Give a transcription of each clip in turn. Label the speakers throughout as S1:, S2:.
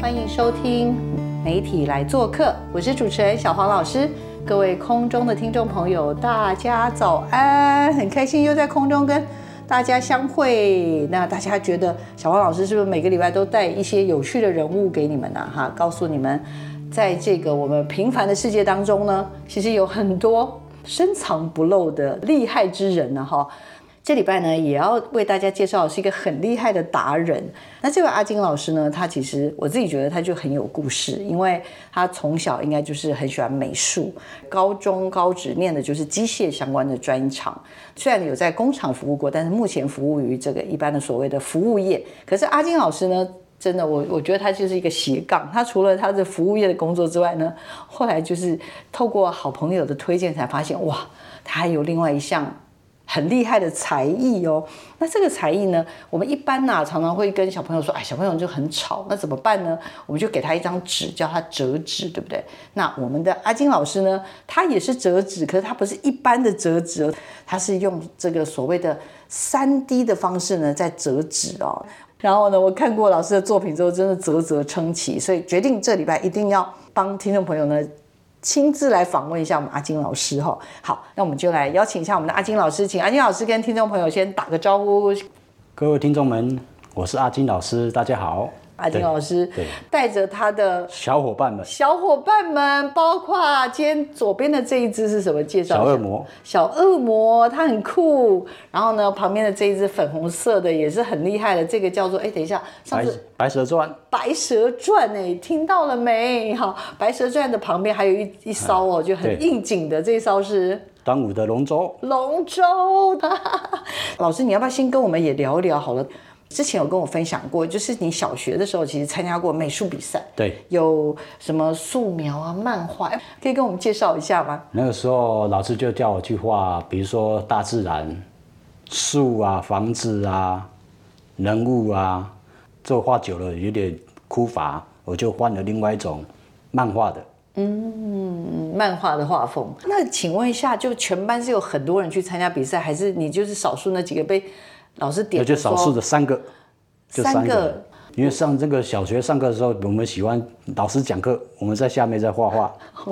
S1: 欢迎收听《媒体来做客》，我是主持人小黄老师。各位空中的听众朋友，大家早安！很开心又在空中跟大家相会。那大家觉得小黄老师是不是每个礼拜都带一些有趣的人物给你们呢、哈，告诉你们，在这个我们平凡的世界当中呢，其实有很多深藏不露的厉害之人呢、哈。这礼拜呢，也要为大家介绍的是一个很厉害的达人。那这位阿金老师呢，他其实我自己觉得他就很有故事，因为他从小应该就是很喜欢美术，高中高职念的就是机械相关的专长。虽然有在工厂服务过，但是目前服务于这个一般的所谓的服务业。可是阿金老师呢，真的，我我觉得他就是一个斜杠。他除了他的服务业的工作之外呢，后来就是透过好朋友的推荐才发现，哇，他还有另外一项很厉害的才艺哦。那这个才艺呢，我们一般呐、常常会跟小朋友说，哎，小朋友就很吵，那怎么办呢？我们就给他一张纸，叫他折纸，对不对？那我们的阿金老师呢，他也是折纸，可是他不是一般的折纸哦，他是用这个所谓的三 D 的方式呢，在折纸哦。然后呢，我看过老师的作品之后，真的啧啧称奇，所以决定这礼拜一定要帮听众朋友呢亲自来访问一下我们阿金老师哈。好，那我们就来邀请一下我们的阿金老师，请阿金老师跟听众朋友先打个招呼。
S2: 各位听众们，我是阿金老师，大家好。
S1: 阿金老师
S2: 对对
S1: 带着他的
S2: 小伙伴们，
S1: 小伙伴们，包括今天左边的这一只是什么？介绍一下
S2: 小恶魔，
S1: 小恶魔，它很酷。然后呢，旁边的这一只粉红色的也是很厉害的，这个叫做哎，等一下，上
S2: 白
S1: 次
S2: 白蛇传，
S1: 《白蛇传》哎，听到了没？好，《白蛇传》的旁边还有一一艘
S2: 啊
S1: 哦，就很应景的这一艘是
S2: 端午的龙舟，
S1: 龙舟。哈哈哈 老师，你要不要先跟我们也聊一聊好了？之前有跟我分享过，就是你小学的时候其实参加过美术比赛，
S2: 对，
S1: 有什么素描啊、漫画，哎可以跟我们介绍一下吗？
S2: 那个时候老师就叫我去画，比如说大自然，树啊、房子啊、人物啊，这画久了有点枯乏，我就换了另外一种漫画的。
S1: 漫画的画风。那请问一下，就全班是有很多人去参加比赛，还是你就是少数那几个被老师点
S2: 那
S1: 名说？
S2: 就少数的三个，就
S1: 三
S2: 三
S1: 个
S2: 个。因为上这个小学上课的时候，我们喜欢老师讲课，我们在下面在画画，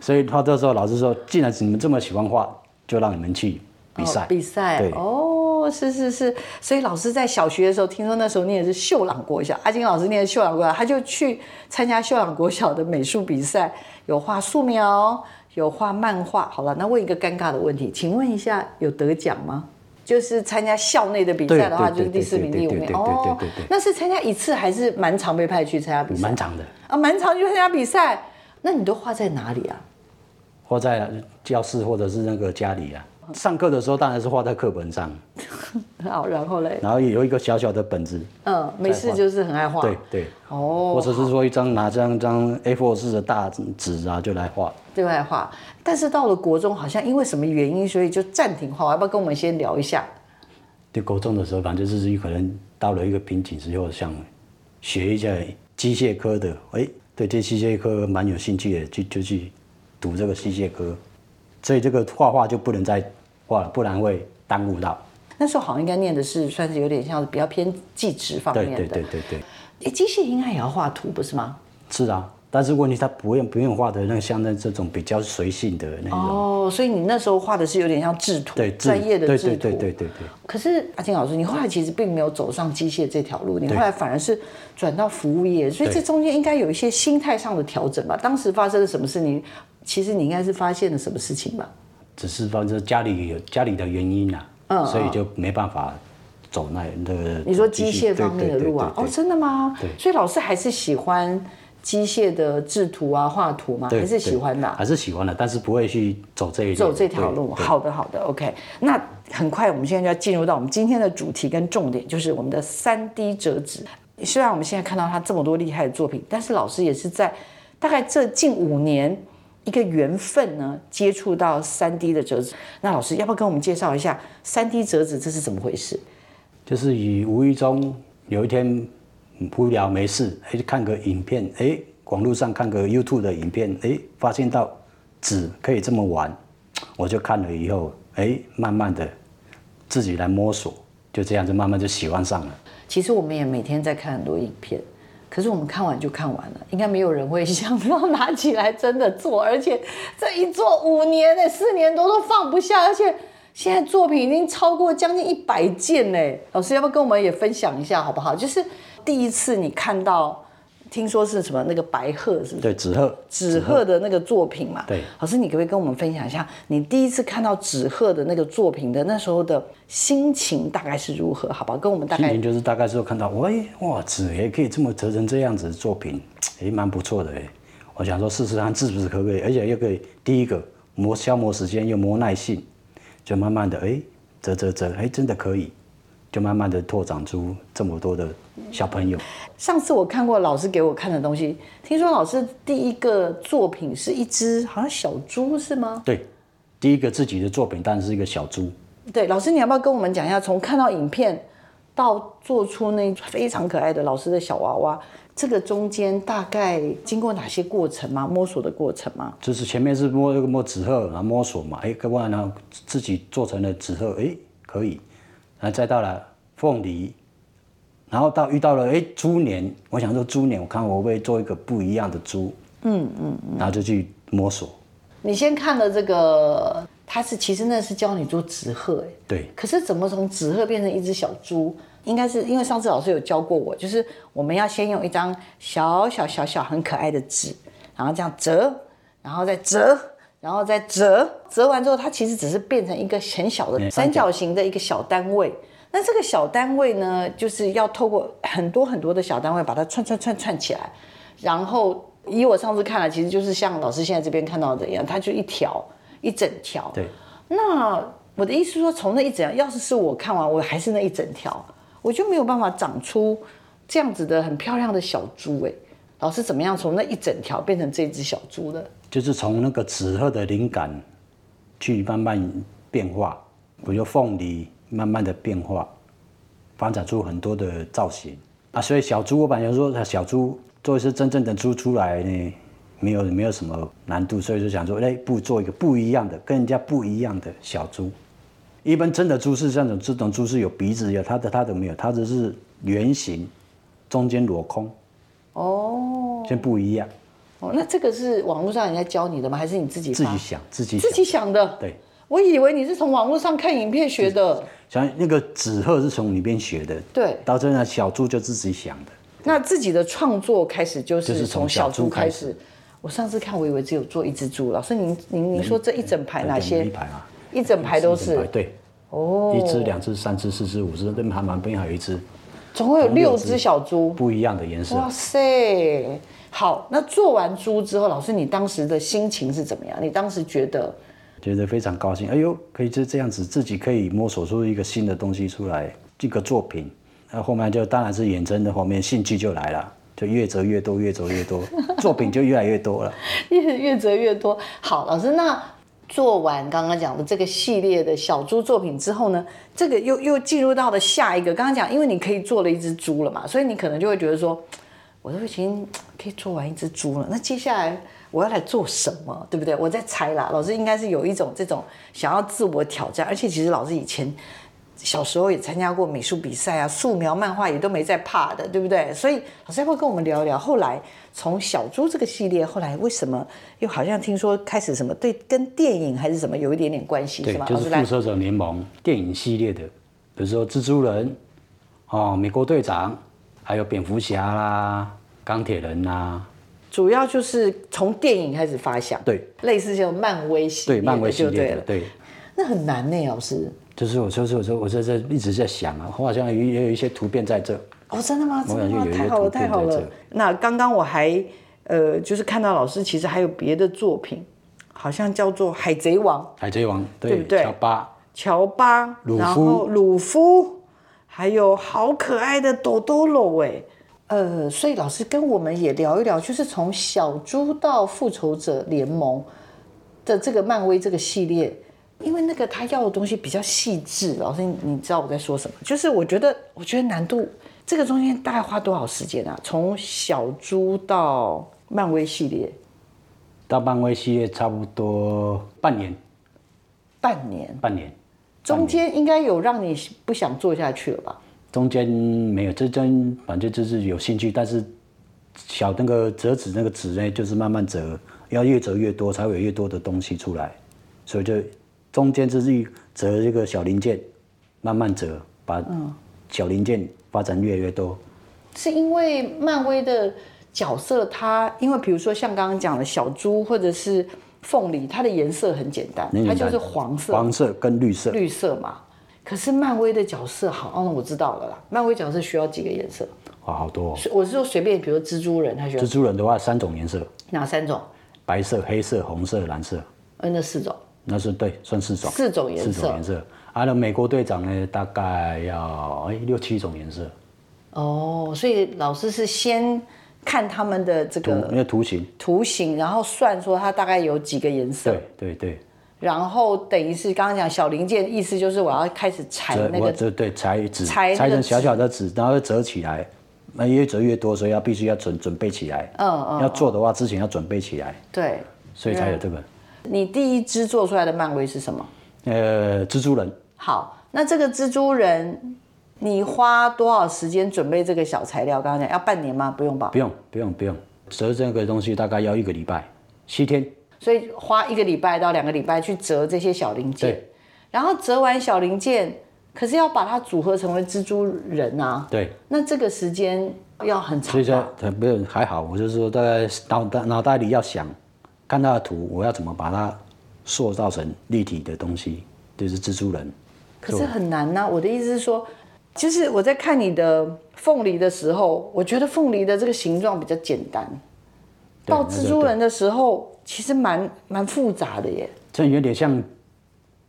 S2: 所以他这时候老师说，既然你们这么喜欢画，就让你们去比赛。
S1: 哦比赛
S2: 对
S1: 哦，是是是，所以老师在小学的时候，听说那时候念的是秀朗国小，阿金老师念的秀朗国小，他就去参加秀朗国小的美术比赛，有画素描，有画漫画。好了，那问一个尴尬的问题，请问一下，有得奖吗？就是参加校内的比赛的话，就
S2: 对
S1: 是
S2: 对
S1: 第四名、
S2: 对
S1: 第
S2: 对
S1: 五名
S2: 对对对
S1: 哦
S2: 对对对。
S1: 那是参加一次，还是蛮常被派去参加比赛
S2: 蛮？长的，
S1: 啊，蛮常去参加比赛。那你都画在哪里啊？
S2: 画在教室或者是那个家里啊。上课的时候当然是画在课本上，
S1: 好，然后嘞，
S2: 然后有一个小小的本子，
S1: 嗯，没事，就是很爱画。
S2: 对对，
S1: 哦，
S2: 或者是说一张拿这样张 A4 式的大纸啊就来画。
S1: 对外画，但是到了国中，好像因为什么原因，所以就暂停画。要不要跟我们先聊一下？
S2: 对国中的时候，反正就是可能到了一个瓶颈之后，想学一下机械科的，哎，对这机械科蛮有兴趣的，就就去读这个机械科，所以这个画画就不能再画了，不然会耽误到。
S1: 那时候好像应该念的是，算是有点像比较偏技职方
S2: 对
S1: 面的。
S2: 对对对对，
S1: 诶机械应该也要画图，不是吗？
S2: 是啊，但是问题他不用不用画的那个像那这种比较随性的那种，
S1: 哦，所以你那时候画的是有点像制图，
S2: 对制
S1: 专业的
S2: 对
S1: 制
S2: 对
S1: 图。
S2: 对对对对。
S1: 可是阿金老师，你后来其实并没有走上机械这条路，你后来反而是转到服务业，所以
S2: 对
S1: 这中间应该有一些心态上的调整吧？当时发生了什么事？你其实你应该是发现了什么事情吧？
S2: 只是反正家里有家里的原因啊，
S1: 嗯
S2: 所以就没办法走那那个。
S1: 你说机械方面的路啊？
S2: 对对对对对
S1: 哦，真的吗？所以老师还是喜欢机械的制图啊、画图吗？
S2: 对
S1: 还是喜欢的啊、
S2: 还是喜欢的，但是不会去走这一路
S1: 走这条路。
S2: 对对
S1: 好的，好的，OK。那很快，我们现在就要进入到我们今天的主题跟重点，就是我们的三 D 折纸。虽然我们现在看到他这么多厉害的作品，但是老师也是在大概这近五年一个缘分呢，接触到三 D 的折纸。那老师要不要跟我们介绍一下三 D 折纸这是怎么回事？
S2: 就是以无意中有一天嗯无聊没事，哎，就看个影片，哎，网络上看个 YouTube 的影片，哎，发现到纸可以这么玩，我就看了以后，哎，慢慢的自己来摸索，就这样子慢慢就喜欢上了。
S1: 其实我们也每天在看很多影片，可是我们看完就看完了，应该没有人会想要拿起来真的做，而且这一做五年呢，四年多都放不下，而且现在作品已经超过将近一百件呢。老师要不要跟我们也分享一下好不好？就是第一次你看到，听说是什么那个白鹤是不是？
S2: 对，纸鹤，
S1: 纸鹤的那个作品嘛，
S2: 对
S1: 老师，你可不可以跟我们分享一下你第一次看到纸鹤的那个作品的那时候的心情大概是如何？好吧，跟我们大
S2: 今
S1: 概
S2: 年就是大概是看到，喂，哇，纸也可以这么折成这样子的作品，也蛮不错的哎。我想说试试看是不是可不可以，而且又可以第一个磨消磨时间，又磨耐性，就慢慢的哎折折折，哎真的可以，就慢慢的拓展出这么多的小朋友。
S1: 上次我看过老师给我看的东西，听说老师第一个作品是一只好像小猪是吗？
S2: 对，第一个自己的作品当然是一个小猪，
S1: 对，老师你要不要跟我们讲一下，从看到影片到做出那非常可爱的老师的小娃娃，这个中间大概经过哪些过程吗？摸索的过程吗？
S2: 就是前面是摸摸纸鹤，然后摸索嘛，哎，各位呢自己做成了纸鹤，哎，可以，然后再到了凤梨，然后到遇到了哎猪年，我想说猪年，我看我会不会做一个不一样的猪，嗯嗯，然后就去摸索，
S1: 你先看了这个，它是其实那是教你做纸鹤、哎
S2: 对，
S1: 可是怎么从纸鹤变成一只小猪？应该是因为上次老师有教过我，就是我们要先用一张小小小小很可爱的纸，然后这样折，然后再折，然后再折，折完之后它其实只是变成一个很小的
S2: 嗯
S1: 三角形的一个小单位。那这个小单位呢，就是要透过很多很多的小单位把它串串串串起来，然后以我上次看了，其实就是像老师现在这边看到的一样，它就一条一整条。
S2: 对。
S1: 那我的意思是说，从那一整，要是是我看完，我还是那一整条，我就没有办法长出这样子的很漂亮的小猪哎、老师怎么样从那一整条变成这只小猪的？
S2: 就是从那个纸鹤的灵感去慢慢变化，我就凤梨慢慢的变化，发展出很多的造型啊。所以小猪，我本来想说小猪做一只真正的猪出来呢，没有没有什么难度，所以就想说，哎，不做一个不一样的，跟人家不一样的小猪。一般真的猪是这种，这种猪是有鼻子有它的它的没有，它的是圆形，中间镂空，
S1: 哦
S2: 先不一样，
S1: 哦，那这个是网络上人家教你的吗？还是你自己
S2: 自
S1: 发
S2: 己想自己
S1: 自
S2: 想。
S1: 己想的？
S2: 对，
S1: 我以为你是从网络上看影片学的。
S2: 想那个纸鹤是从里面学的，
S1: 对
S2: 到真的小猪就自己想的，
S1: 那自己的创作开始就
S2: 就是是
S1: 从
S2: 从
S1: 小
S2: 小
S1: 猪
S2: 猪
S1: 开
S2: 开
S1: 始
S2: 始。
S1: 我上次看，我以为只有做一只猪。老师，您您您说这一整排
S2: 对
S1: 哪
S2: 每
S1: 些
S2: 一？排嘛，
S1: 一整排都
S2: 一整
S1: 是
S2: 排。对，
S1: 哦
S2: 一只、两只、三只、四只、五只，对，旁旁边还有一只
S1: 总共有六只小猪。
S2: 不一样的颜色
S1: 哇。塞！好，那做完猪之后，老师你当时的心情是怎么样？你当时觉得
S2: 觉得非常高兴。哎呦，可以就这样子，自己可以摸索出一个新的东西出来，一个作品。那后面就当然是衍生的，后面兴趣就来了，就越折越多，越折越多，作品就越来越多了。
S1: 越越折越多。好，老师，那做完刚刚讲的这个系列的小猪作品之后呢，这个又又进入到了下一个。刚刚讲，因为你可以做了一只猪了嘛，所以你可能就会觉得说，我都已经可以做完一只猪了，那接下来我要来做什么，对不对？我在猜啦，老师应该是有一种这种想要自我挑战，而且其实老师以前。小时候也参加过美术比赛啊，素描、漫画也都没在怕的，对不对？所以老师要不要跟我们聊一聊？后来从小猪这个系列，后来为什么又好像听说开始什么对跟电影还是什么有一点点关系，
S2: 对
S1: 是吗？，
S2: 就
S1: 老
S2: 是
S1: 师
S2: 复
S1: 来，
S2: 仇者联盟电影系列的，比如说蜘蛛人，哦，美国队长，还有蝙蝠侠啦，钢铁人啦，
S1: 主要就是从电影开始发想，
S2: 对，
S1: 类似像漫威系列
S2: 对，
S1: 的
S2: 漫威系
S1: 就对
S2: 列
S1: 了
S2: 的，，对，
S1: 那很难呢，老师。
S2: 就是我就是我说我在这一直在想啊，我好像也有一些图片在这，
S1: 哦，真的吗？真
S2: 我
S1: 的
S2: 想
S1: 吗
S2: 就有？一个
S1: 太好了，
S2: 图片
S1: 太好
S2: 在
S1: 了
S2: 这。
S1: 那刚刚我还
S3: 呃，就是看到老师其实还有别的作品，好像叫做《海贼王》。
S2: 海贼王
S3: 对
S2: 对
S3: 不对
S2: 乔巴，
S3: 乔巴，
S2: 鲁夫
S3: 然后鲁夫，还有好可爱的朵朵罗哎，
S1: 呃，所以老师跟我们也聊一聊，就是从小猪到复仇者联盟的这个漫威这个系列，因为那个他要的东西比较细致。老师，你你知道我在说什么？就是我觉得，我觉得难度这个中间大概花多少时间啊？从小猪到漫威系列
S2: 到漫威系列差不多半年，
S1: 半年，
S2: 半年
S1: 中间应该有让你不想做下去了吧？
S2: 中间没有，这真反正就是有兴趣，但是小那个折纸那个纸呢，就是慢慢折，要越折越多，才会有越多的东西出来，所以就中间就是一折一个小零件，慢慢折，把小零件发展越来越多。
S1: 是因为漫威的角色它，因为比如说像刚刚讲的小猪或者是凤梨，它的颜色很简单，
S2: 很
S1: 它
S2: 简单
S1: 就是黄色、
S2: 黄色跟绿色，
S1: 绿色嘛。可是漫威的角色好，嗯，我知道了啦。漫威角色需要几个颜色？
S2: 哇，好多、哦。
S1: 随我是说随便，比如蜘蛛人，他需要
S2: 蜘蛛人的话，三种颜色，
S1: 哪三种？
S2: 白色、黑色、红色、蓝色，
S1: 嗯，那四种。
S2: 那是对，算四种。
S1: 四种颜色
S2: 四种颜色。啊，那美国队长呢，大概要哎六七种颜色，
S1: 哦，所以老师是先看他们的这
S2: 图那
S1: 个
S2: 图形。
S1: 图形，然后算说它大概有几个颜色，
S2: 对对对，
S1: 然后等于是刚刚讲小零件，意思就是我要开始裁
S2: 折
S1: 那
S2: 我
S1: 个
S2: 折对裁纸，
S1: 裁那个
S2: 裁成小小的纸，然后折起来，那越折越多，所以要必须要准准备起来。
S1: 哦
S2: 嗯嗯。要做的话，之前要准备起来，
S1: 对，
S2: 所以才
S1: 嗯
S2: 有这个。
S1: 你第一支做出来的漫威是什么？
S2: 呃，蜘蛛人
S1: 好，那这个蜘蛛人，你花多少时间准备这个小材料？刚刚讲要半年吗？不用吧
S2: 不？用不用不用，折这个东西大概要一个礼拜，七天。
S1: 所以花一个礼拜到两个礼拜去折这些小零件
S2: 对，
S1: 然后折完小零件，可是要把它组合成为蜘蛛人啊。
S2: 对，
S1: 那这个时间要很长
S2: 所以说
S1: 吧？
S2: 很不用还好，我就是说大概脑袋脑袋里要想，看他的图，我要怎么把它塑造成立体的东西，就是蜘蛛人。
S1: 可是很难呐、我的意思是说，就是我在看你的凤梨的时候，我觉得凤梨的这个形状比较简单。
S2: 对
S1: 到
S2: 那就
S1: 蜘蛛人的时候，其实蛮蛮复杂的耶。
S2: 这有点像，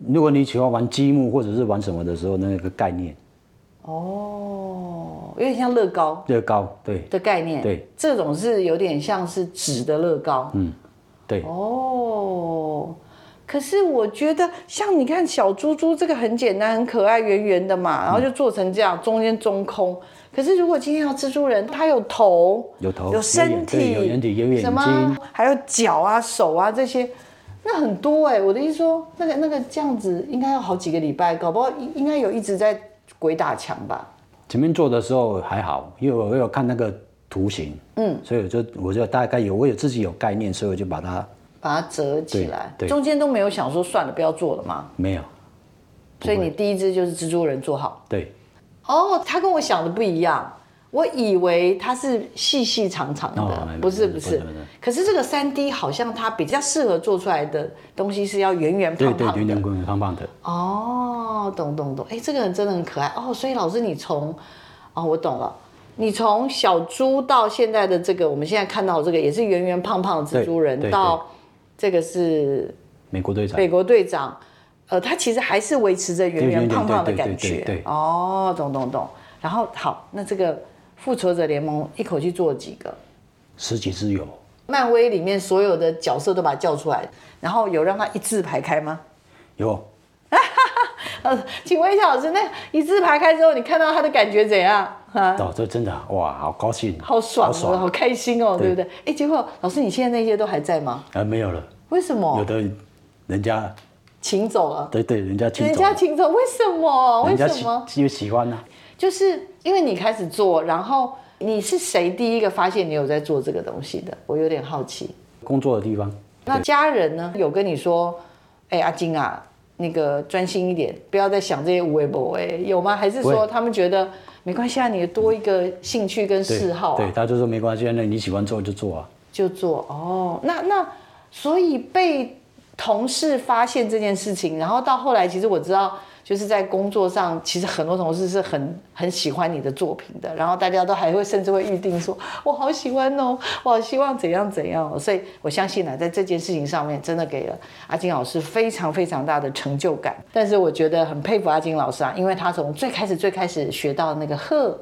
S2: 如果你喜欢玩积木或者是玩什么的时候，那个概念
S1: 哦，有点像乐高
S2: 乐高，对
S1: 的概念。
S2: 对，
S1: 这种是有点像是纸的乐高。嗯，
S2: 对，
S1: 哦。可是我觉得，像你看小猪猪这个很简单、很可爱、圆圆的嘛，然后就做成这样，中间中空。可是如果今天要蜘蛛人，它有头，
S2: 有头
S1: 有身体，
S2: 有眼对有眼底有眼
S1: 什么
S2: 睛，
S1: 还有脚啊、手啊这些，那很多哎、我的意思说，那个那个这样子应该要好几个礼拜，搞不好应应该有一直在鬼打墙吧？
S2: 前面做的时候还好，因为我有看那个图形，嗯，所以我就我就大概有我有自己有概念，所以我就把它
S1: 把它折起来，
S2: 对对
S1: 中间都没有想说算了不要做了嘛。
S2: 没有，
S1: 所以你第一只就是蜘蛛人做好
S2: 对，
S1: 哦，他跟我想的不一样，我以为它是细细长长的，
S2: 哦没
S1: 不是不
S2: 不是
S1: 是
S2: 不是不是。
S1: 可是这个三 D 好像它比较适合做出来的东西是要圆圆
S2: 对
S1: 胖
S2: 对
S1: 胖的。
S2: 圆圆滚滚胖胖的，
S1: 哦，懂懂懂，哎，这个人真的很可爱哦。所以老师，你从哦，我懂了，你从小猪到现在的这个，我们现在看到的这个也是圆圆胖胖的蜘蛛
S2: 对对
S1: 人，
S2: 对
S1: 到这个是
S2: 美国队长
S1: 美国队长，呃，他其实还是维持着圆
S2: 对
S1: 圆
S2: 圆
S1: 胖胖的
S2: 对对
S1: 感
S2: 对对
S1: 觉
S2: 对。
S1: 哦，懂懂懂。然后好，那这个复仇者联盟一口气做了几个？
S2: 十几只有。
S1: 漫威里面所有的角色都把它叫出来，然后有让他一字排开吗？
S2: 有，
S1: 呃，请问一下老师，那一字排开之后，你看到他的感觉怎样？ 啊，
S2: 哦，这真的哇，好高兴，
S1: 好爽哦，好
S2: 爽，
S1: 开心哦，对
S2: 对
S1: 不对？哎，结果老师，你现在那些都还在吗？
S2: 啊，没有了，
S1: 为什
S2: 有
S1: 么？
S2: 的人家，
S1: 请走了，
S2: 对对，人家请
S1: 人
S2: 走
S1: 家
S2: 了，
S1: 请走，为什么？为
S2: 人家
S1: 什么？
S2: 喜又喜欢呢，
S1: 就是因为你开始做，然后你是谁第一个发现你有在做这个东西的？我有点好奇。
S2: 工作的地方，
S1: 那家人呢？有跟你说，哎、阿金啊，那个专心一点，不要再想这些无为不为，有吗？还是
S2: 不
S1: 说
S2: 会
S1: 他们觉得没关系啊，你多一个兴趣跟
S2: 对
S1: 嗜好、啊，
S2: 对，他就说没关系，那你喜欢做就做啊，
S1: 就做哦。那那所以被同事发现这件事情，然后到后来，其实我知道，就是在工作上，其实很多同事是很很喜欢你的作品的，然后大家都还会甚至会预定说，我好喜欢哦，我好希望怎样怎样、哦，所以我相信呢、在这件事情上面，真的给了阿金老师非常非常大的成就感。但是我觉得很佩服阿金老师啊，因为他从最开始最开始学到那个鹤。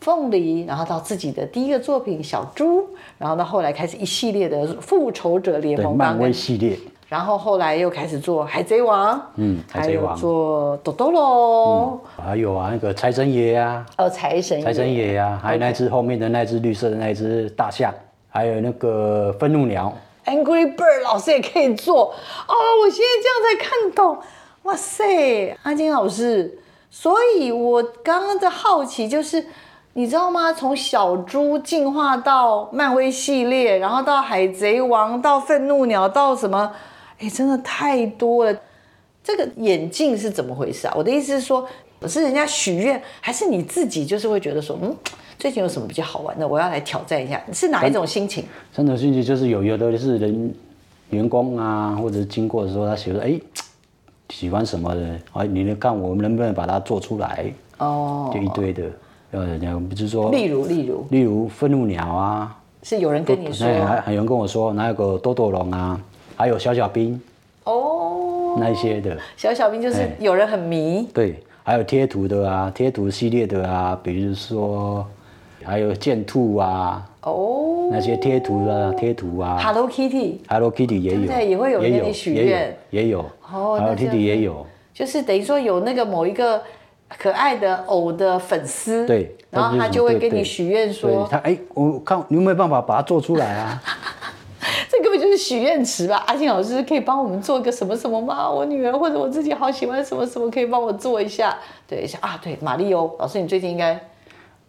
S1: 凤梨，然后到自己的第一个作品小猪，然后到后来开始一系列的复仇者联
S2: 对
S1: 盟，
S2: 漫
S1: 当然
S2: 威系列，
S1: 然后后来又开始做海贼王，
S2: 嗯海贼
S1: 还
S2: 王
S1: 有做豆豆龙，
S2: 还有啊那个财神爷啊，
S1: 还有财神爷
S2: 财神爷啊，还有那只后面的那只绿色的那只大象，还有那个愤怒鸟，
S1: Angry Bird 老师也可以做哦，我现在这样才看懂，哇塞，阿金老师，所以我刚刚的好奇就是。你知道吗？从小猪进化到漫威系列，然后到海贼王，到愤怒鸟，到什么？哎，真的太多了。这个眼镜是怎么回事啊？我的意思是说，是人家许愿，还是你自己就是会觉得说，嗯，最近有什么比较好玩的，我要来挑战一下，是哪一种心情？
S2: 三种兴趣就是有有的是人员工啊，或者经过的时候，他写说，哎、喜欢什么的，哎，你能看我们能不能把它做出来，
S1: 哦，
S2: 就一堆的，呃，人家不是说，
S1: 例如，例如
S2: 例如愤怒鸟啊，
S1: 是有人跟你说
S2: 哎还还有人跟我说，哪有个多多龙啊，还有小小兵
S1: 哦，
S2: 那一些的，
S1: 小小兵
S2: 哎
S1: 就是有人很迷
S2: 对，还有贴图的啊，贴图系列的啊，比如说还有剑兔啊，
S1: 哦
S2: 那些贴图啊，贴图啊。
S1: ，Hello Kitty
S2: Hello Kitty 也有，
S1: 对不对也会有人跟你许愿
S2: 也有，也有
S1: 哦那
S2: Hello
S1: 这样
S2: Kitty 也有，
S1: 就是等于说有那个某一个可爱的偶的粉丝，
S2: 对。
S1: 然后他就会跟你许愿
S2: 对
S1: 说，
S2: 他哎，我看你有没有办法把它做出来啊？
S1: 这根本就是许愿池吧？阿静老师可以帮我们做一个什么什么吗？我女儿或者我自己好喜欢什么什么，可以帮我做一下？对，像啊，对，马里欧老师，你最近应该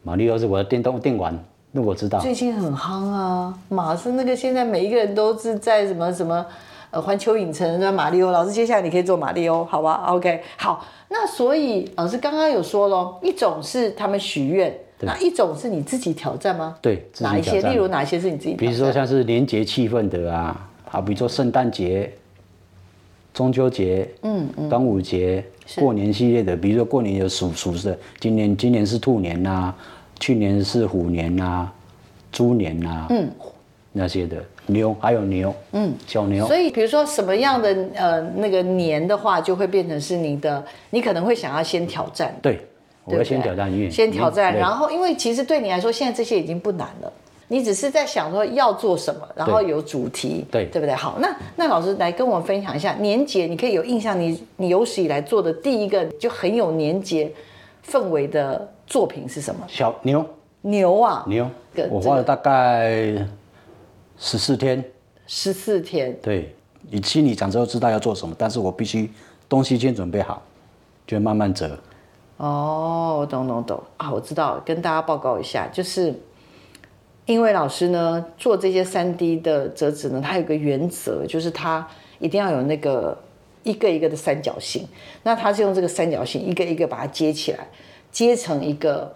S2: 马里奥是我的电动电玩，那我知道。
S1: 最近很夯啊，马是那个现在每一个人都是在什么什么。呃，环球影城那马里欧老师，接下来你可以做马里欧，好吧？OK，好。那所以老师刚刚有说咯，一种是他们许愿，那一种是你自己挑战吗？
S2: 对自己
S1: 哪一些？
S2: 挑战
S1: 例如哪些是你自己挑
S2: 比
S1: 战？
S2: 如说像是连结气氛的啊，啊，比如说圣诞节、中秋节、嗯嗯、端午节、过年系列的，比如说过年有属属的，今年今年是兔年呐、去年是虎年呐、猪年呐、嗯，那些的牛还有牛，嗯，小牛，
S1: 所以，比如说什么样的呃那个年的话，就会变成是你的，你可能会想要先挑战，
S2: 对，我
S1: 对不对
S2: 要先挑战音乐，
S1: 先挑战，
S2: 对
S1: 然后因为其实对你来说，现在这些已经不难了，你只是在想说要做什么，然后有主题，
S2: 对
S1: 对不对？好，那那老师来跟我们分享一下年节，你可以有印象你，你有史以来做的第一个就很有年节氛围的作品是什么？
S2: 小牛
S1: 牛啊，
S2: 牛
S1: 这个，
S2: 我花了大概十四天，
S1: 十四天，
S2: 对你心里想之后知道要做什么，但是我必须东西先准备好，就慢慢折。
S1: 哦，我懂懂懂啊，我知道了，跟大家报告一下，就是因为老师呢做这些三 D 的折纸呢，它有个原则，就是它一定要有那个一个一个的三角形，那它是用这个三角形一个一个把它接起来，接成一个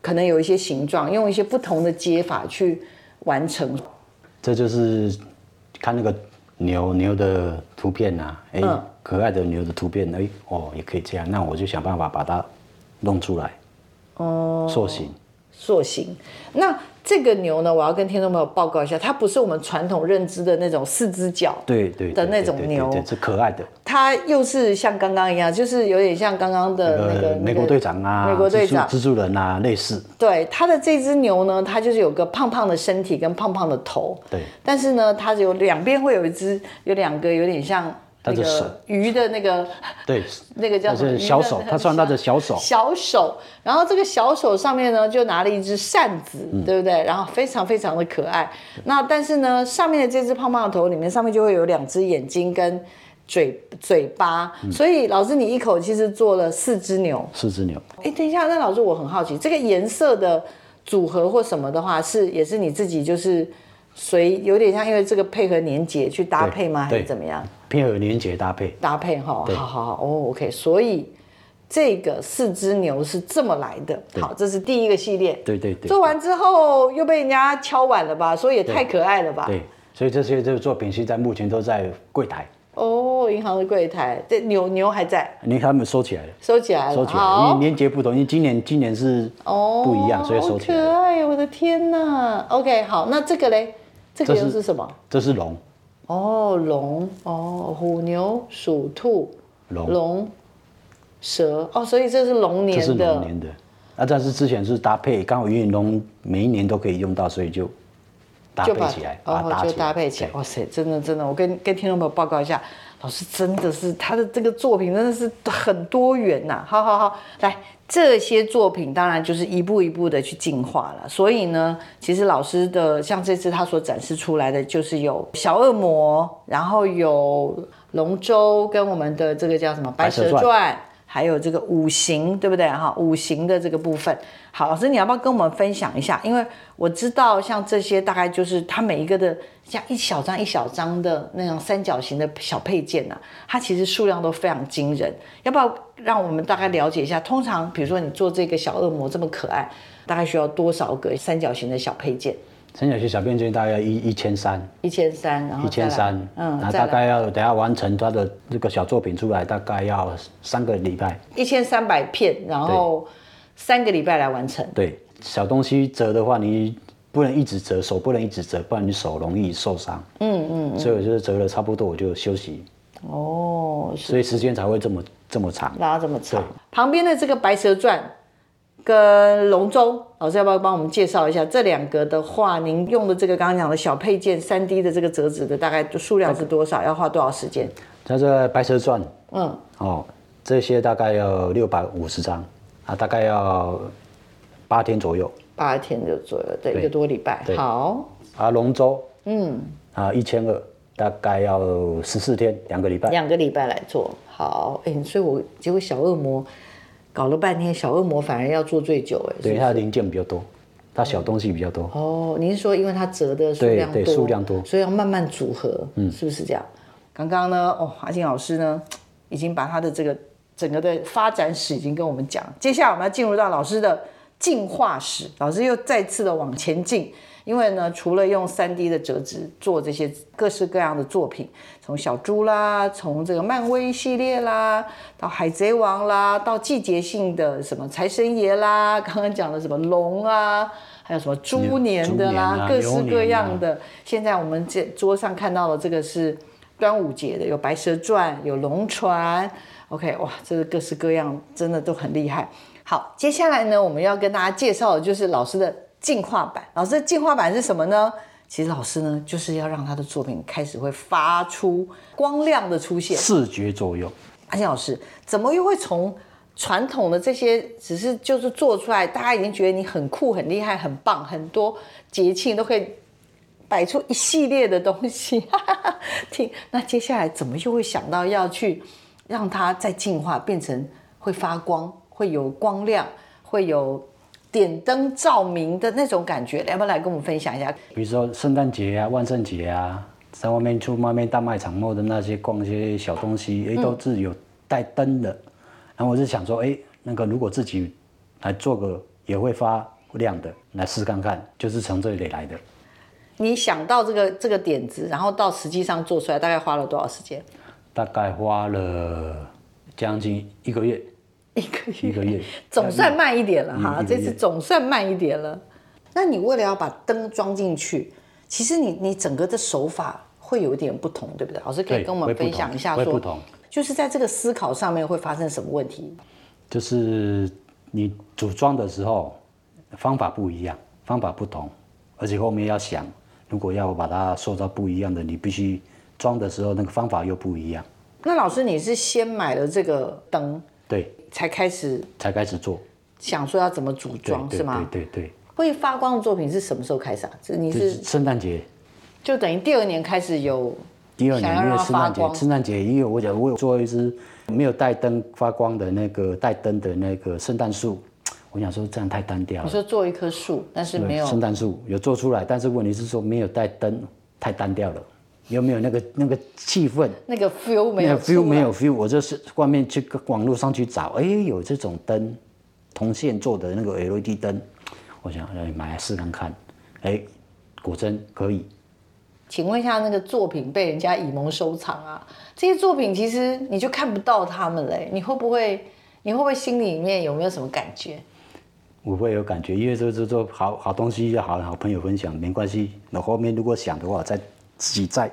S1: 可能有一些形状，用一些不同的接法去完成。
S2: 这就是看那个牛牛的图片呐、啊，哎、
S1: 嗯
S2: 可爱的牛的图片，哎，哦，也可以这样，那我就想办法把它弄出来，哦，塑形。
S1: 塑形。那这个牛呢，我要跟听众朋友报告一下，它不是我们传统认知的那种四只脚，
S2: 对对对
S1: 的那
S2: 对
S1: 种
S2: 对
S1: 牛
S2: 对，对是可爱的。
S1: 它又是像刚刚一样，就是有点像刚刚的那个、
S2: 呃，美国队长啊，
S1: 美国队
S2: 蜘蛛
S1: 长，
S2: 蜘蛛人啊，类似，
S1: 对它的这只牛呢，它就是有个胖胖的身体跟胖胖的头，
S2: 对
S1: 但是呢，它有两边会有一只，有两个有点像那
S2: 它的手
S1: 个鱼的那个
S2: 对，
S1: 那个叫什么
S2: 是小手，他算他的小手，
S1: 小手，然后这个小手上面呢就拿了一只扇子，
S2: 嗯
S1: 对不对？然后非常非常的可爱。那但是呢，上面的这只胖胖的头里面上面就会有两只眼睛跟嘴嘴巴，
S2: 嗯
S1: 所以老师你一口气是做了四只牛。
S2: 四只牛。
S1: 哎，等一下，那老师我很好奇，这个颜色的组合或什么的话，是也是你自己就是随有点像因为这个配合年节去搭配吗？还
S2: 对
S1: 是怎么样？
S2: 配合连结搭配，
S1: 搭配哈，好好好哦，OK，所以这个四只牛是这么来的。好，这是第一个系列。
S2: 对对对
S1: 做完之后又被人家敲碗了吧？所以也太可爱了吧？
S2: 对，所以这些这个作品现在目前都在柜台，
S1: 哦，银行的柜台，这牛牛还在，
S2: 你看他们收起来了，
S1: 收起来了，
S2: 收起来了，因
S1: 哎好
S2: 为年节不同，因为今年今年是
S1: 哦，
S2: 不一样，所以收起来
S1: 好
S2: 了。
S1: 可爱，我的天哪！OK，好，那这个嘞，这个
S2: 这
S1: 又
S2: 是
S1: 是什么？
S2: 这是龙，
S1: 哦，龙，哦，虎、牛、鼠、兔，
S2: 龙
S1: 龙，蛇，哦，所以这是龙
S2: 这是
S1: 年
S2: 龙
S1: 的，
S2: 年的。啊，但是之前是搭配，刚好因为龙每一年都可以用到，所以就搭
S1: 就
S2: 配
S1: 把
S2: 起来，把它
S1: 哦，
S2: 搭
S1: 就
S2: 起来，
S1: 搭配起来。
S2: 对
S1: 哇塞，真的真的，我跟跟听众朋友报告一下，老师真的是他的这个作品真的是很多元呐、好好好，来。这些作品当然就是一步一步的去进化了，所以呢，其实老师的像这次他所展示出来的，就是有小恶魔，然后有龙舟，跟我们的这个叫什么《白
S2: 蛇
S1: 蛇
S2: 传
S1: 传》。还有这个五行，对不对？哈，五行的这个部分。好，老师，你要不要跟我们分享一下？因为我知道像这些大概就是它每一个的像一小张一小张的那种三角形的小配件呐、啊它其实数量都非常惊人。要不要让我们大概了解一下？通常比如说你做这个小恶魔这么可爱，大概需要多少个三角形的小配件？
S2: 陈小学小便就大概一一千三，
S1: 一千三，然后
S2: 一
S1: 哦再来
S2: 千三，
S1: 嗯，
S2: 那
S1: 再
S2: 大
S1: 来
S2: 概要等下完成他的这个小作品出来，大概要三个礼拜。
S1: 一千三百片，然后三个礼拜来完成。
S2: 对，小东西折的话，你不能一直折，手不能一直折，不然你手容易受伤。嗯嗯所以我就是折了差不多，我就休息，
S1: 哦，
S2: 所以时间才会这么这么长。
S1: 拉这么长
S2: 对。
S1: 旁边的这个《白蛇传》跟《龙舟》，老师要不要帮我们介绍一下这两个的话？您用的这个刚刚讲的小配件，三 D 的这个折纸的，大概数量是多少？要花多少时间？
S2: 它这《白蛇传》
S1: 嗯，
S2: 哦，这些大概要六百五十张，啊，大概要八天左右。
S1: 八天就左右，对，
S2: 对
S1: 一个多礼拜。
S2: 对
S1: 好，
S2: 啊，龙舟，嗯，啊，一千二，大概要十四天，两个礼拜。
S1: 两个礼拜来做。好，哎、所以我结果小恶魔搞了半天，小恶魔反而要做最久，哎，是
S2: 对，
S1: 不是
S2: 它的零件比较多，它小东西比较多。
S1: 哦，您是说因为它折的数量
S2: 对
S1: 多，
S2: 对数量多
S1: 所以要慢慢组合，嗯，是不是这样？刚刚呢，哦，阿静老师呢，已经把他的这个整个的发展史已经跟我们讲，接下来我们要进入到老师的进化史，老师又再次的往前进。因为呢，除了用三 D 的折纸做这些各式各样的作品，从小猪啦，从这个漫威系列啦，到海贼王啦，到季节性的什么财神爷啦，刚刚讲的什么龙啊，还有什么猪年的
S2: 猪年
S1: 啦，
S2: 啊
S1: 各式各样的。现在我们这桌上看到的这个是端午节的，有《白蛇传》，有龙船。OK，哇，这个各式各样，真的都很厉害。好，接下来呢，我们要跟大家介绍的就是老师的进化版。老师的进化版是什么呢？其实老师呢，就是要让他的作品开始会发出光亮的出现。
S2: 视觉作用，
S1: 阿健老师，怎么又会从传统的这些，只是就是做出来，大家已经觉得你很酷、很厉害、很棒，很多节庆都可以摆出一系列的东西， 哈哈哈，挺。那接下来怎么又会想到要去让它再进化，变成会发光、会有光亮、会有点灯照明的那种感觉？来不要来跟我们分享一下？
S2: 比如说圣诞节啊、万圣节啊，在外面去外面大卖场摸的那些逛一些小东西，哎、都是有带灯的。然后我就想说，哎、那个如果自己来做个也会发亮的，来试看看，就是从这里来的。
S1: 你想到这个这个点子，然后到实际上做出来，大概花了多少时间？
S2: 大概花了将近一个月，
S1: 一个月。
S2: 一个月
S1: 总算慢一点了
S2: 嗯
S1: 哈，
S2: 一个
S1: 这
S2: 月
S1: 次总算慢一点了。那你为了要把灯装进去，其实你你整个的手法会有一点不同，对不对？老师可以
S2: 对
S1: 跟我们
S2: 会不
S1: 分
S2: 同
S1: 享一下
S2: 会
S1: 说
S2: 不同
S1: 就是在这个思考上面会发生什么问题？
S2: 就是你组装的时候方法不一样，方法不同，而且后面要想，如果要把它塑造不一样的，你必须装的时候那个方法又不一样，
S1: 那老师你是先买了这个灯，
S2: 对，
S1: 才开始
S2: 才开始做。
S1: 想说要怎么组
S2: 对
S1: 装
S2: 对
S1: 是吗？
S2: 对对
S1: 会发光的作品是什么时候开始啊？这你
S2: 对，就是是圣诞节
S1: 就等于第二年开始有
S2: 第二
S1: 想
S2: 年，
S1: 要
S2: 因
S1: 让
S2: 为
S1: 它
S2: 圣
S1: 发
S2: 诞
S1: 光
S2: 节，圣诞节因为我讲我有做一只没有带灯发光的那个带灯的那个圣诞树，我想说这样太单调
S1: 你
S2: 了。
S1: 说做一棵树，但是没有
S2: 圣诞树有做出来，但是问题是说没有带灯，太单调了，有没有那个那个气氛？
S1: 那个 feel 没
S2: 那
S1: 有
S2: 个 feel
S1: 出来
S2: 没有 feel，我就是外面去网络上去找，哎、有这种灯，铜线做的那个 E LED 灯，我想哎买来试看看，哎、果真可以，
S1: 请问一下，那个作品被人家以蒙收藏啊，这些作品其实你就看不到他们嘞，你会不会？你会不会心里面有没有什么感觉？
S2: 我会有感觉，因为这这这好好东西，好好朋友分享没关系。那后面如果想的话，再自己再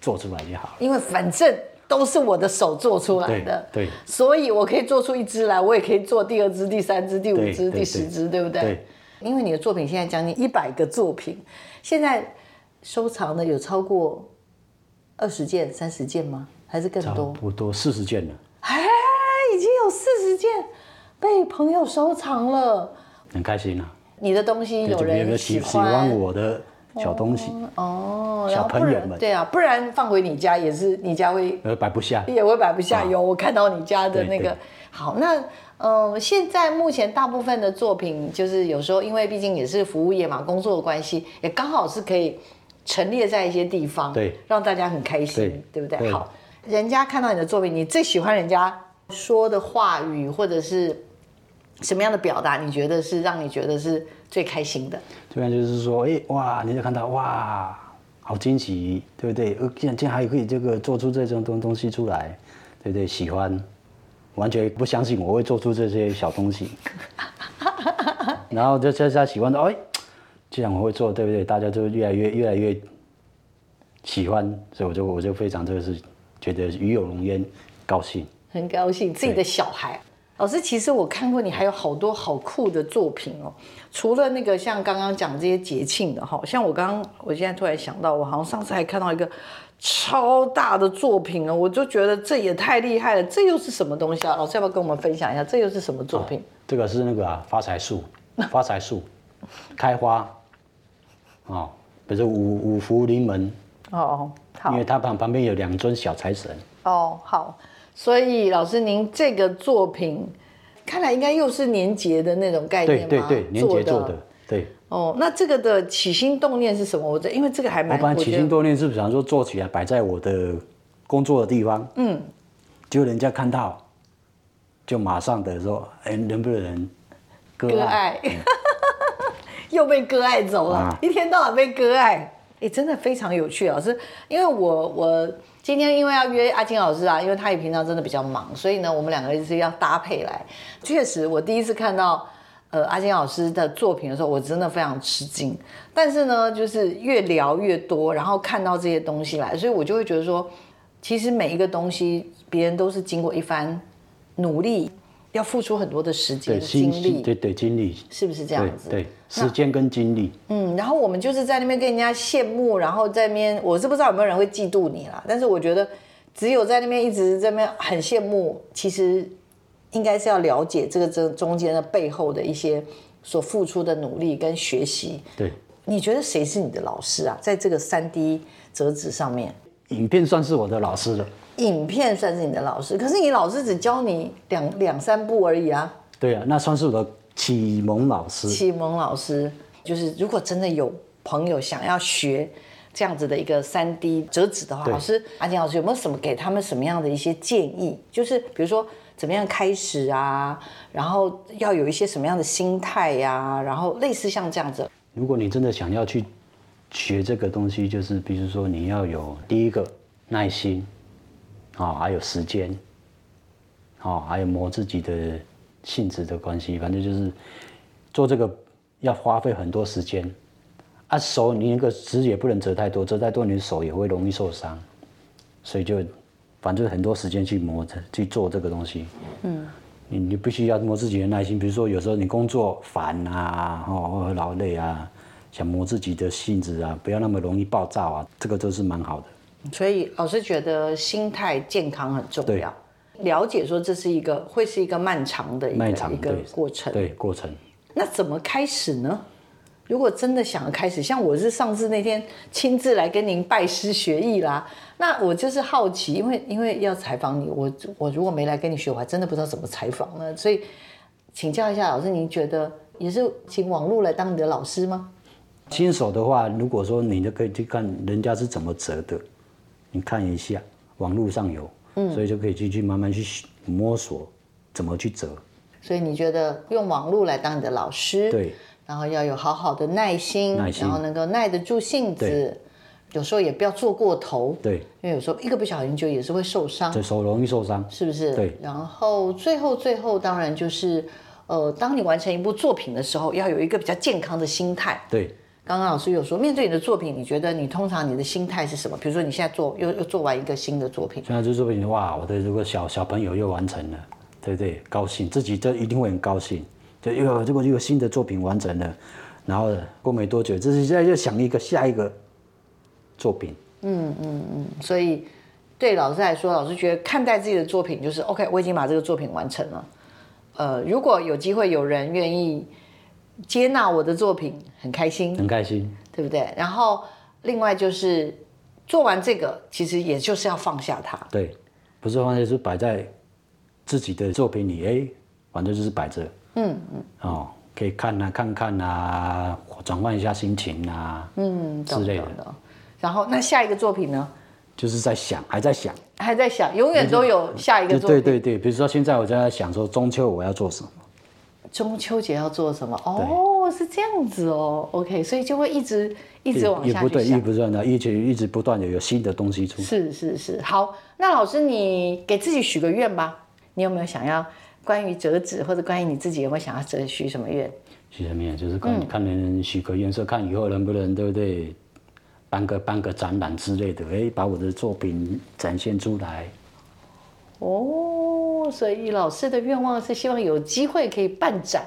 S2: 做出来就好了。
S1: 因为反正都是我的手做出来的，
S2: 对对
S1: 所以我可以做出一支来，我也可以做第二支、第三支、第五
S2: 对
S1: 支、
S2: 对对
S1: 第十支，对不对？
S2: 对
S1: 因为你的作品现在将近一百个作品，现在收藏的有超过二十件、三十件吗？还是更
S2: 差
S1: 多？
S2: 不多四十件了，
S1: 哎，已经有四十件被朋友收藏了。
S2: 很开心啊。
S1: 你的东西有
S2: 就别
S1: 人
S2: 人
S1: 喜
S2: 喜
S1: 欢，
S2: 喜欢我的小东西，
S1: 哦，然
S2: 小
S1: 后不
S2: 朋友
S1: 然
S2: 们
S1: 对啊，不然放回你家也是你家会
S2: 呃，摆不下。
S1: 也会摆不下。
S2: 啊
S1: 有我看到你家的那
S2: 对
S1: 个
S2: 对，
S1: 好，那呃，现在目前大部分的作品，就是有时候因为毕竟也是服务业嘛，工作的关系，也刚好是可以陈列在一些地方，
S2: 对，
S1: 让大家很开心，对
S2: 对
S1: 不对？
S2: 对
S1: 好，人家看到你的作品，你最喜欢人家说的话语，或者是什么样的表达，你觉得是让你觉得是最开心的？
S2: 突然就是说，哎、哇，你就看到哇，好惊喜，对不对？呃，竟然竟然还可以这个做出这种东东西出来，对不对？喜欢，完全不相信我会做出这些小 东西，然后就就在喜欢的，哎、既然我会做，对不对？大家就越来越越来越喜欢，所以我就我就非常这个是觉得与有荣焉，高兴。
S1: 很高兴自己的小孩。老师，其实我看过你还有好多好酷的作品哦，除了那个像刚刚讲这些节庆的哈，像我刚刚我现在突然想到，我好像上次还看到一个超大的作品哦，我就觉得这也太厉害了，这又是什么东西啊？老师要不要跟我们分享一下，这又是什么作品？
S2: 这个是那个啊，发财树，发财树，开花，哦，比如五五福临门，
S1: 哦，
S2: 因
S1: 好
S2: 为它旁旁边有两尊小财神，
S1: 哦好，所以老师您这个作品，看来应该又是年节的那种概念
S2: 对
S1: 吗？
S2: 对对，年节做的，对。
S1: 哦，那这个的起心动念是什么？我这因为这个还
S2: 我
S1: 蛮，
S2: 本来
S1: 觉
S2: 起
S1: 得
S2: 心动念是想说做起来摆在我的工作的地方，嗯，结果人家看到，就马上的说，哎，能不能
S1: 割
S2: 割爱？嗯
S1: 爱， 又被割爱走了，
S2: 啊
S1: 一天到晚被割爱。哎、真的非常有趣，老师，因为我我今天因为要约阿金老师啊，因为他也平常真的比较忙，所以呢，我们两个人是要搭配来。确实，我第一次看到呃阿金老师的作品的时候，我真的非常吃惊。但是呢，就是越聊越多，然后看到这些东西来，所以我就会觉得说，其实每一个东西，别人都是经过一番努力，要付出很多的时间
S2: 对，
S1: 精
S2: 心
S1: 力，
S2: 对对，精力，
S1: 是不是这
S2: 对
S1: 样子？
S2: 对，时间跟精力，
S1: 嗯，然后我们就是在那边跟人家羡慕，然后在那边，我是不知道有没有人会嫉妒你啦，但是我觉得只有在那边一直在那边很羡慕，其实应该是要了解这个这中间的背后的一些所付出的努力跟学习。
S2: 对，
S1: 你觉得谁是你的老师啊？在这个三 D 折纸上面，
S2: 影片算是我的老师了。
S1: 影片算是你的老师，可是你老师只教你两两三步而已啊。
S2: 对啊，那算是我的启蒙老师。
S1: 启蒙老师，就是如果真的有朋友想要学这样子的一个三 D 折纸的话，
S2: 对
S1: 老师阿金老师有没有什么给他们什么样的一些建议？就是比如说怎么样开始啊，然后要有一些什么样的心态呀、然后类似像这样子，
S2: 如果你真的想要去学这个东西，就是比如说你要有第一个耐心，啊、还有时间，啊、还有磨自己的性质的关系，反正就是做这个要花费很多时间。啊，手你那个纸也不能折太多，折太多你的手也会容易受伤，所以就反正很多时间去磨这去做这个东西。你你必须要磨自己的耐心。比如说，有时候你工作烦啊，哦，劳累啊，想磨自己的性子啊，不要那么容易暴躁啊，这个都是蛮好的。
S1: 所以老师觉得心态健康很重
S2: 对
S1: 要。了解说这是一个会是一个漫长的一个
S2: 漫长
S1: 一个
S2: 对
S1: 过程，
S2: 对过程，
S1: 那怎么开始呢？如果真的想要开始，像我是上次那天亲自来跟您拜师学艺啦，那我就是好奇，因为因为要采访你，我我如果没来跟你学，我还真的不知道怎么采访呢。所以请教一下老师，您觉得也是请网络来当你的老师吗？
S2: 新手的话，如果说你就可以去看人家是怎么折的，你看一下，网络上有，所以就可以去去慢慢去摸索怎么去折。
S1: 所以你觉得用网络来当你的老师，
S2: 对，
S1: 然后要有好好的耐心，
S2: 耐心
S1: 然后能够耐得住性子
S2: 对，
S1: 有时候也不要做过头，
S2: 对，
S1: 因为有时候一个不小心就也是会受伤，
S2: 这手容易受伤，
S1: 是不是？
S2: 对。
S1: 然后最后最后当然就是，呃，当你完成一部作品的时候，要有一个比较健康的心态。
S2: 对，
S1: 刚刚老师有说，面对你的作品，你觉得你通常你的心态是什么？比如说你现在做又又做完一个新的作品，
S2: 现在这作品哇，我的这个小小朋友又完成了，对不对？高兴，自己这一定会很高兴，对，又有这个又有新的作品完成了，然后过没多久，自己现在又想一个下一个作品，
S1: 所以对老师来说，老师觉得看待自己的作品就是 OK，我已经把这个作品完成了。呃，如果有机会有人愿意接纳我的作品，很开心，
S2: 很开心。
S1: 对不对？然后另外就是做完这个，其实也就是要放下它。
S2: 对，不是放在是摆在自己的作品里，哎，反正就是摆着，嗯嗯，哦，可以看啊看看啊，转换一下心情啊，嗯之
S1: 懂
S2: 类
S1: 懂
S2: 的，
S1: 懂然后那下一个作品呢？
S2: 就是在想，还在想。
S1: 还在想，永远都有下一个
S2: 嗯对
S1: 作品。
S2: 对对对，比如说现在我就在想说中秋我要做什么，
S1: 中秋节要做什么？哦，是这样子哦。OK，所以就会一直一直往
S2: 也
S1: 下
S2: 不对，
S1: 去
S2: 一
S1: 想。
S2: 不断的，一直一直不断的有新的东西出。
S1: 是是是，好，那老师你给自己许个愿吧。你有没有想要关于折纸，或者关于你自己有没有想要折许什么愿？
S2: 许什么呀？就是
S1: 嗯
S2: 看、看能许个愿色，看以后能不能对不对，办个办个展览之类的，哎，把我的作品展现出来。
S1: 哦，所以老师的愿望是希望有机会可以办展，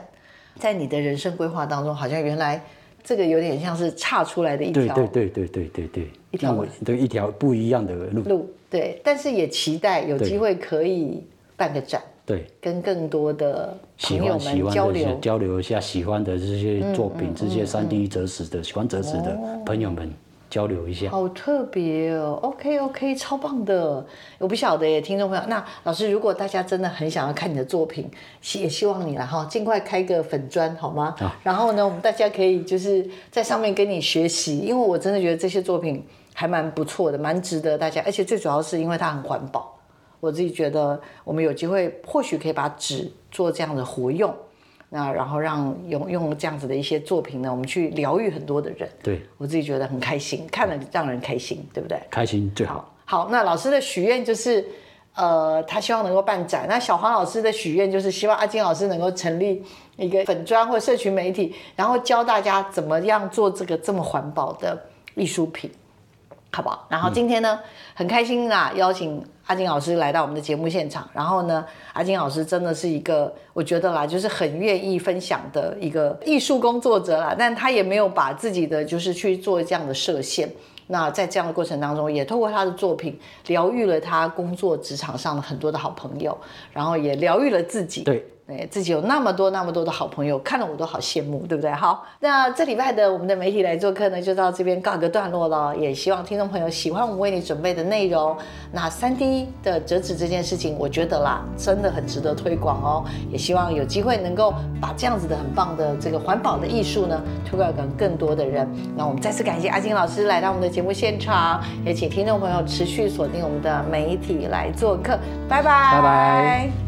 S1: 在你的人生规划当中，好像原来这个有点像是岔出来的一
S2: 对
S1: 条
S2: 对对对对对对，
S1: 一条
S2: 让我对一条不一样的路。
S1: 路，对，但是也期待有机会可以办个展，
S2: 对，
S1: 跟更多的朋
S2: 喜
S1: 友
S2: 欢喜
S1: 们
S2: 欢
S1: 交
S2: 的是
S1: 流。嗯
S2: 交流一下喜欢的这些作品，这些三 D 折纸的喜欢折纸的朋友们交流一下。
S1: 哦好特别哦，OK OK，超棒的！我不晓得耶，听众朋友。那老师，如果大家真的很想要看你的作品，希也希望你啦哈，尽快开个粉砖好吗？然后呢，我们大家可以就是在上面跟你学习，因为我真的觉得这些作品还蛮不错的，蛮值得大家，而且最主要是因为它很环保。我自己觉得，我们有机会或许可以把纸做这样的活用，那然后让用用这样子的一些作品呢，我们去疗愈很多的人。
S2: 对，
S1: 我自己觉得很开心，看了让人开心，对不对？
S2: 开心最好。
S1: 好，那老师的许愿就是，呃，他希望能够办展。那小黄老师的许愿就是希望阿金老师能够成立一个粉砖或社群媒体，然后教大家怎么样做这个这么环保的艺术品，好不好？然后今天呢，很开心啦，邀请阿金老师来到我们的节目现场。然后呢，阿金老师真的是一个，我觉得啦，就是很愿意分享的一个艺术工作者啦，但他也没有把自己的就是去做这样的设限。那在这样的过程当中，也透过他的作品疗愈了他工作职场上的很多的好朋友，然后也疗愈了自己。
S2: 对，
S1: 哎，自己有那么多那么多的好朋友，看了我都好羡慕，对不对？好，那这礼拜的我们的媒体来做客呢，就到这边告一个段落了。也希望听众朋友喜欢我们为你准备的内容。那三 D 的折纸这件事情，我觉得啦，真的很值得推广哦。也希望有机会能够把这样子的很棒的这个环保的艺术呢，推广给更多的人。那我们再次感谢阿金老师来到我们的节目现场，也请听众朋友持续锁定我们的媒体来做客。拜拜，
S2: 拜拜。